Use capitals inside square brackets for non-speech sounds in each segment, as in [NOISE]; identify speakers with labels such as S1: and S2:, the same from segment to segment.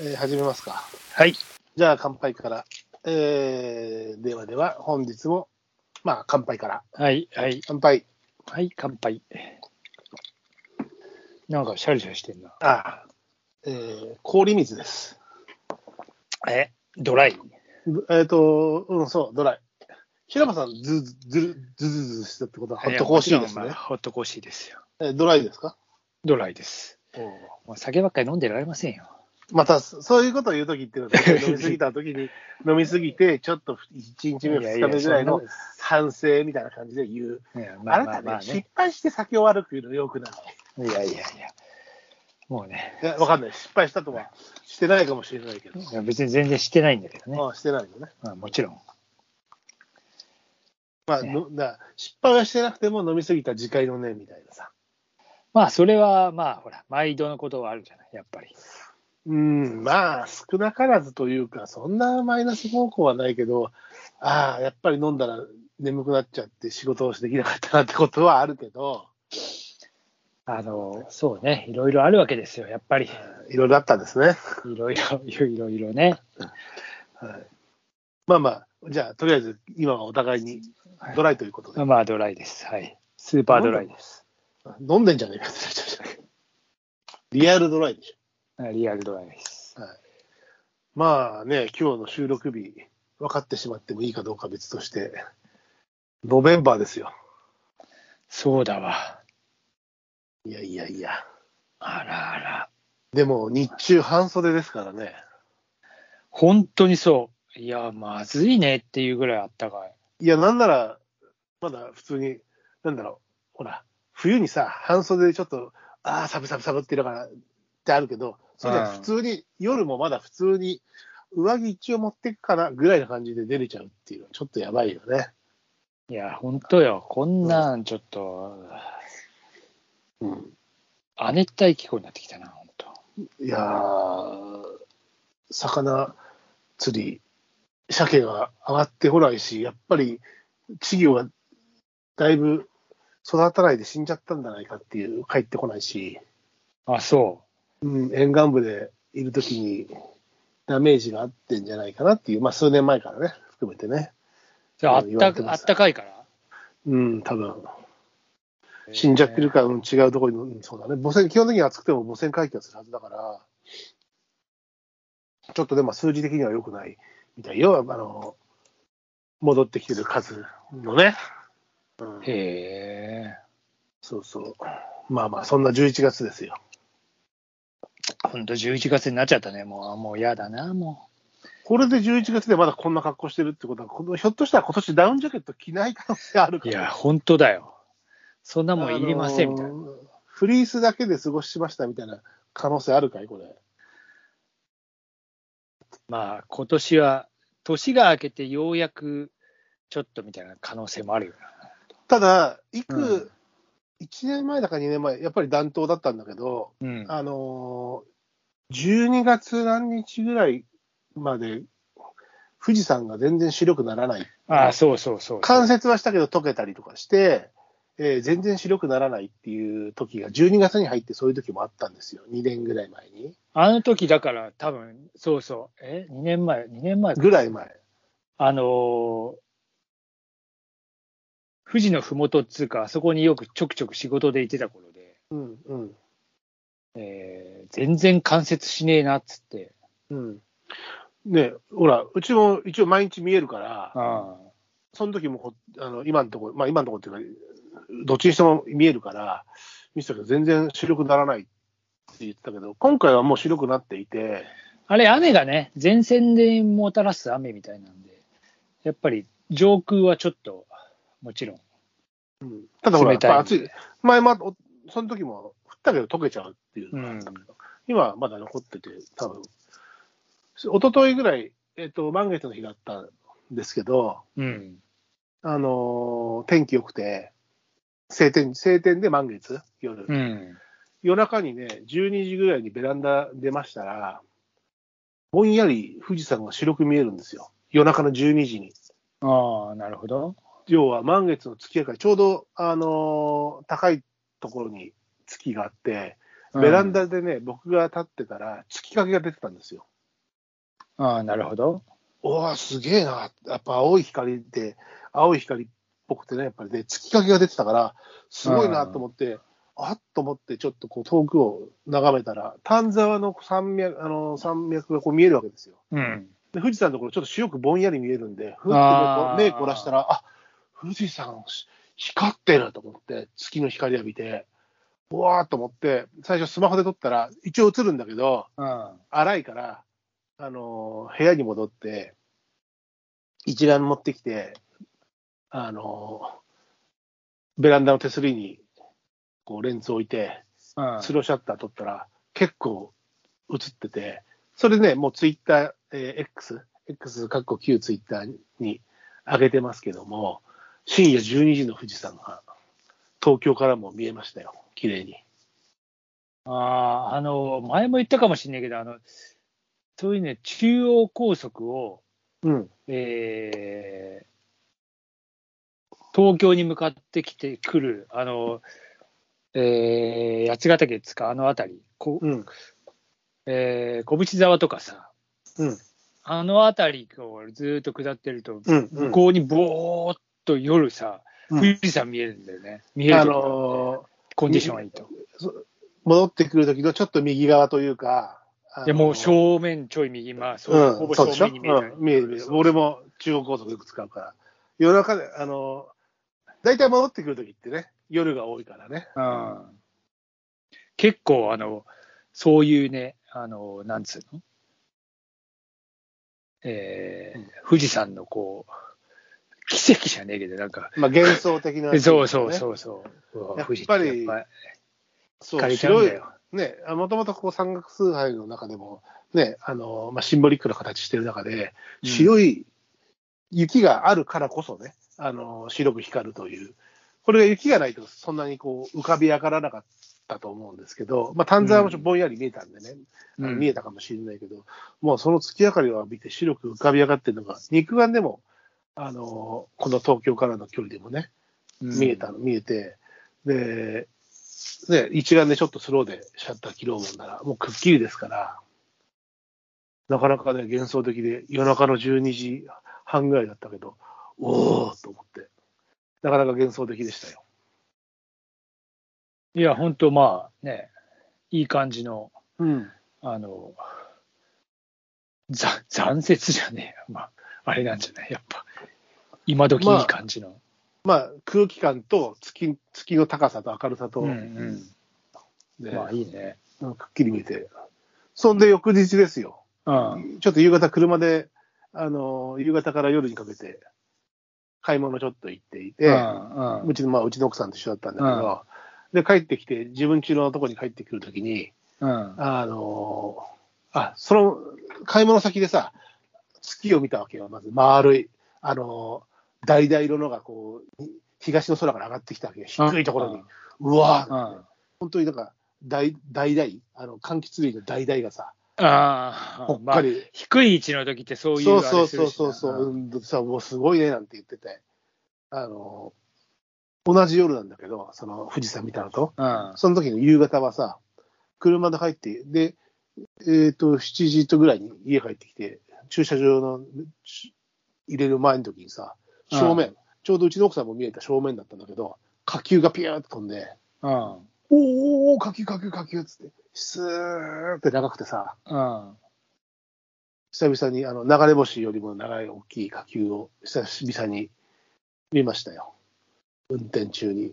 S1: えー始めますか。
S2: はい。
S1: じゃあ、乾杯から。えー、ではでは、本日も、まあ、乾杯から。
S2: はい、はい、
S1: 乾杯。
S2: はい、乾杯。なんかシャリシャリしてんな。
S1: ああ、えー、氷水です。
S2: え、ドライ。
S1: どえっ、と、うん、そう、ドライ。平間さん、ずずずるずずずしたってことは、ホットコーヒーです
S2: いやもちろん
S1: ね
S2: まあ。ホットコーヒーですよ。
S1: えードライですか
S2: ドライです。もう酒ばっかり飲んでられませんよ。
S1: また、そそういうことを言うときっていうのは、飲みすぎたときに、飲みすぎて、ちょっと1日目、2日目ぐらいの
S2: いやいや
S1: 反省みたいな感じで言う。
S2: そんなこといやま
S1: あ
S2: あ
S1: な
S2: ま
S1: た
S2: あまあ
S1: ね、失
S2: ね。
S1: 敗して酒を悪く言うのよくない。
S2: いやいやいや。もうね、
S1: いや、わかんない。失敗したとはしてないかもしれないけど。
S2: いや別に全然してないんだけどね。
S1: まあ、してないよね。
S2: まあ、もちろん。
S1: まあ、
S2: ね
S1: のだ失敗はしてなくても飲みすぎた自戒の念みたいなさ。
S2: まあ、それはまあ、ほら、毎度のことはあるじゃない、やっぱり。
S1: うん、まあ、少なからずというか、そんなマイナス方向はないけど、ああ、やっぱり飲んだら眠くなっちゃって仕事をできなかったなってことはあるけど、
S2: あの、そうね、いろいろあるわけですよ、やっぱり。
S1: いろいろあったんですね。
S2: いろいろ、いろいろね。
S1: はい、まあまあ、じゃあ、とりあえず今はお互いにドライということで。
S2: まあ、ドライです。はい。スーパードライです。
S1: 飲んでんじゃねえかリアルドライでしょ。
S2: リアルドライです。
S1: まあね、今日の収録日、分かってしまってもいいかどうか別として、ノベンバーですよ。
S2: そうだわ。
S1: いやいやいや。
S2: あらあら。
S1: でも、日中半袖ですからね。
S2: 本当にそう。いや、まずいねっていうぐらいあったかい。
S1: いや、なんなら、まだ普通に、なんだろう、ほら、冬にさ、半袖でちょっと、ああ、サブサブサブって言いながらってあるけど、そうじゃな
S2: う
S1: い
S2: ん
S1: 普通に、夜もまだ普通に、上着一応持ってくかなぐらいな感じで出れちゃうっていうのは、ちょっとやばいよね。
S2: いや、本当よ。こんなん、ちょっと、
S1: うん
S2: 亜熱帯気候になってきたな、本当。
S1: いやー、魚釣り、鮭が上がってこないし、やっぱり稚魚がだいぶ育たないで死んじゃったんじゃないかっていう、帰ってこないし、
S2: あ、そ
S1: うん、沿岸部でいるときにダメージがあってんじゃないかなっていう、まあ、数年前からね、含めてね、
S2: う。じゃあ、あっ
S1: 言わ
S2: た
S1: れて
S2: あ
S1: ま
S2: っ
S1: す
S2: たかいから。
S1: うん、多分死んじゃってるから、うん、違うところに、うんそうだね、母船、基本的には暑くても母船回帰はするはずだから、ちょっとでも数字的には良くないみたいよ、あの、戻ってきてる数のね。うん、
S2: へえ。
S1: そうそう。まあまあ、そんな11月ですよ。
S2: 本当11月になっちゃったね。もう、あもう嫌だな、も
S1: これで11月でまだこんな格好してるってことは、このひょっとしたら今年ダウンジャケット着ない可能性あるか
S2: う。
S1: ら
S2: いや、本当だよ。そんなもんいりません、みたい
S1: あ
S2: な。
S1: のーフリースだけで過ごしましたみたいな可能性あるかい、これ。
S2: まあ、今年は、年が明けてようやく、ちょっとみたいな可能性もあるよな。
S1: ただ、いうく
S2: ん
S1: 1年前だか2年前、やっぱり暖冬だったんだけど、
S2: うん。
S1: あのー、12月何日ぐらいまで、富士山が全然白くならない、
S2: あそうそうそうそう。
S1: 冠雪はしたけど溶けたりとかして、えー全然白くならないっていう時が、12月に入ってそういう時もあったんですよ、2年ぐらい前に。
S2: あの時だから多分、そうそう、え、2年前、2年前
S1: ぐらい前。
S2: あのー富士のふもとっつうか、あそこによくちょくちょく仕事で行ってた頃で、
S1: うんうん
S2: えー全然関節しねえなっつって、
S1: うんねえほら、うちも一応毎日見えるから、
S2: あ
S1: その時もこあの今のところ、まあ、今のところっていうか、どっちにしても見えるから、見せたけど、全然白くならないって言ってたけど、今回はもう白くなっていて、
S2: あれ、雨がね、前線でもたらす雨みたいなんで、やっぱり上空はちょっと、もちろん、
S1: うんただほら、やっ
S2: 冷
S1: た
S2: い
S1: ぱ暑い、前もあおその時も降ったけど溶けちゃうっていう、
S2: うん
S1: 今はまだ残ってて、多分一昨日ぐらい、えっと満月の日があったんですけど、
S2: うん、
S1: あのー天気良くて、晴天晴天で満月、夜。
S2: うん、
S1: 夜中にね、12時ぐらいにベランダ出ましたら、ぼんやり富士山が白く見えるんですよ。夜中の12時に。
S2: ああ、なるほど。
S1: 要は満月の月明かり、ちょうど、あのー高いところに月があって、ベランダでね、僕が立ってたら月影が出てたんですよ。
S2: ああ、なるほど。
S1: おわ、すげえな。やっぱ青い光で、青い光っぽくてね、やっぱりで、月影が出てたから、すごいなと思って、あっと思って、ちょっとこう遠くを眺めたら、丹沢の山脈あの山脈がこう見えるわけですよ。
S2: うん。
S1: で富士山のところ、ちょっと白くぼんやり見えるんで、ふっとこ
S2: あー
S1: う目凝らしたら、あ富士山し光ってると思って、月の光浴びて、うわーっと思って、最初スマホで撮ったら、一応映るんだけど、
S2: うん。
S1: 荒いから、あのー部屋に戻って、一覧持ってきて、あのーベランダの手すりにこうレンズ置いて、
S2: うん
S1: スローシャッター撮ったら、結構映ってて、それね、もうツイッター、えー X、X、かっこ Q ツイッターに上げてますけども、深夜12時の富士山が、東京からも見えましたよ、綺麗に。
S2: ああ、あの、前も言ったかもしれないけど、あの、そういうね、中央高速を、
S1: うん。
S2: えー東京に向かってきてくる、あの、えー八ヶ岳っつうか、あの辺り、こ
S1: うん。
S2: えー、小淵沢とかさ、
S1: うん。
S2: あの辺りをずーっと下ってると、
S1: うん。
S2: 向こうにぼーっと夜さ、
S1: うん
S2: 富士山見えるんだよね。見える
S1: あ
S2: とこ
S1: のー
S2: コンディションがいいと。
S1: 戻ってくる時のちょっと右側というか、あの
S2: いや、もう正面ちょい右、まあ、そうう、ほ
S1: ん、
S2: ぼ
S1: そうでしょ、
S2: 正
S1: う
S2: 面に見えない。
S1: ん、見える見える俺も中央高速よく使うから、夜中で、あの、大体戻ってくる時ってね、夜が多いからね。
S2: うん結構、あの、そういうね、あの、なんつうのえー
S1: うん
S2: 富士山のこう、奇跡じゃねえけど、なんか、
S1: まあ幻想的な、
S2: [LAUGHS] そうそう
S1: う。
S2: そうそう。うわ
S1: やっぱり
S2: 富士ってやっぱ
S1: そ
S2: 惹か
S1: う、
S2: れちゃうん
S1: 白
S2: だ
S1: い。
S2: よ。
S1: ね、もともとこう山岳崇拝の中でも、ね、あの、まあ、シンボリックな形してる中で、
S2: うん
S1: 白い雪があるからこそね、あの、白く光るという。これが雪がないとそんなにこう浮かび上がらなかったと思うんですけど、まあ、丹沢もちょっとぼんやり見えたんでね、あの
S2: うん
S1: 見えたかもしれないけど、もうその月明かりを浴びて白く浮かび上がってるのが、肉眼でも、あのこの東京からの距離でもね、
S2: うん
S1: 見えたの、見えて、で、ね、一眼でちょっとスローでシャッター切ろうもんなら、もうくっきりですから、なかなかね、幻想的で、夜中の12時半ぐらいだったけど、おーと思って、なかなか幻想的でしたよ。
S2: いや、本当まあ、ね、いい感じの、
S1: うん。
S2: あの、ざ残雪じゃねえよまあ、あれなんじゃないやっぱ、今時いい感じの。
S1: まあ、空気感と月、月の高さと明るさと、
S2: うんうん
S1: で
S2: まあいいね。
S1: うんくっきり見えて。そんで翌日ですよ。
S2: うん。
S1: ちょっと夕方車で、あのー夕方から夜にかけて、買い物ちょっと行っていて、
S2: うんう
S1: うちの、まあ、うちの奥さんと一緒だったんだけど、で、帰ってきて、自分家のとこに帰ってくるときに、
S2: ん。
S1: あのーあ、その、買い物先でさ、月を見たわけよ、まず、丸い、あのー、橙色のがこう、東の空から上がってきたわけよ、低いところに。うわ
S2: う
S1: ー
S2: ん。
S1: 本当になんか、橙、橙あの、柑橘類の橙がさ、
S2: ああ、
S1: ぽっかり
S2: まあ低い位置の時ってそういう
S1: そう
S2: あ
S1: そ
S2: れ
S1: う
S2: す
S1: そ
S2: る
S1: う
S2: し
S1: そう
S2: な
S1: そう、うん、さもうすごいねなんて言ってて、あの同じ夜なんだけど、その富士山見たのと、
S2: うん。
S1: その時の夕方はさ、車で帰って、で、えっ、と、7時とぐらいに家帰ってきて、駐車場のち入れる前の時にさ、正面、ちょうどうちの奥さんも見えた正面だったんだけど、火球がピューって飛んで、
S2: うん。
S1: おーおーおー、火球、火球、火球っつって、スーって長くてさ、
S2: うん。
S1: 久々にあの流れ星よりも長い大きい火球を久々に見ましたよ、運転中に。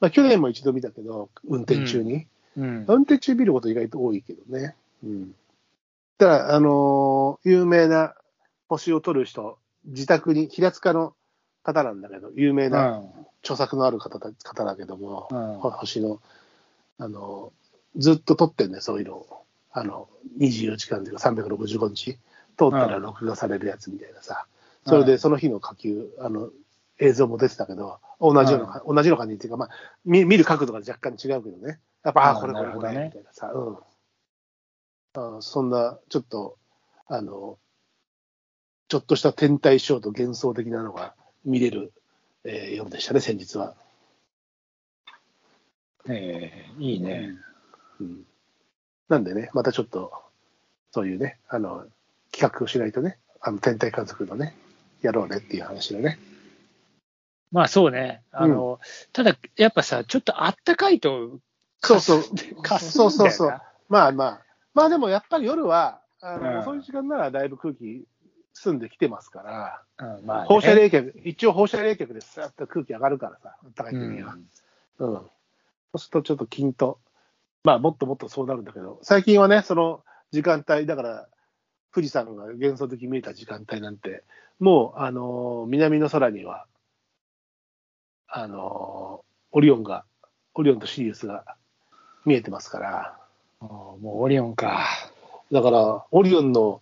S1: まあ、去年も一度見たけど、運転中に。
S2: うん。
S1: 運転中見ること意外と多いけどね。うん。ただ、あのー有名な星を撮る人、自宅に、平塚の方なんだけど、有名
S2: う。
S1: なん著作のある方だ方だけども、
S2: うん
S1: ほ星の、あのーずっと撮ってんね、そういうのを。あの、24時間というか365日、撮ったら
S2: うん
S1: 録画されるやつみたいなさ。それで、その日の火球、あの、映像も出てたけど、同じようなか、同じような感じっていうか、まあ、見見る角度が若干違うけどね。やっぱ、あ
S2: う
S1: あ、
S2: ん
S1: これこれこれ、
S2: なるほどね
S1: みたいなさ、うん。あーそんな、ちょっと、あの、ちょっとした天体ショーと幻想的なのが見れる、えー夜でしたね、先日は。
S2: ええいいね。
S1: うん。なんでね、またちょっと、そういうね、あの、機企画をしないとね、あの天体観測のね、やろうねっていう話だね。
S2: まあそうね。あの、ただ、やっぱさ、ちょっとあったかいと、
S1: そう [LAUGHS] そう。
S2: かす
S1: そ
S2: ん
S1: うそ
S2: だ
S1: う
S2: よ
S1: そう
S2: な。。
S1: まあまあ。まあでもやっぱり夜は、あの
S2: うん
S1: 遅い時間ならだいぶ空気澄んできてますから、
S2: うんまあね
S1: 放射冷却、一応放射冷却でさっと空気上がるからさ、高い時には。
S2: うん
S1: うん。そうするとちょっと均等。まあもっともっとそうなるんだけど、最近はね、その時間帯、だから富士山が幻想的に見えた時間帯なんて、もう、あのー南の空には、あのーオリオンが、オリオンとシリウスが見えてますから、
S2: ああもうオリオンか。
S1: だから、オリオンの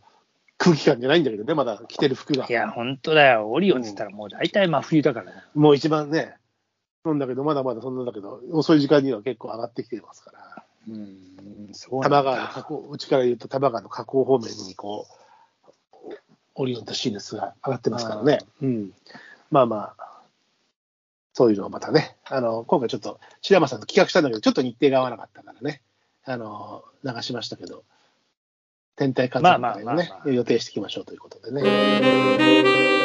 S1: 空気感じゃないんだけどね、まだ着てる服が
S2: い。や、本当だよ。オリオンっつったらもう大体真冬だからな。
S1: もう一番ね、なんだけど、まだまだそんなだけど、遅い時間には結構上がってきてますから、
S2: うん、そう
S1: 多
S2: な
S1: 摩
S2: ん
S1: 川の河
S2: だ。
S1: 口、うちから言うと多摩川の河口方面にこう、オリオンとシーヌスが上がってますからね、うん、まあまあ、そういうのをまたね、あの今回ちょっと白山さんと企画したんだけど、ちょっと日程が合わなかったからね、あの流しましたけど、天体観測会をね、
S2: まあまあまあまあ
S1: 予定していきましょうということでね。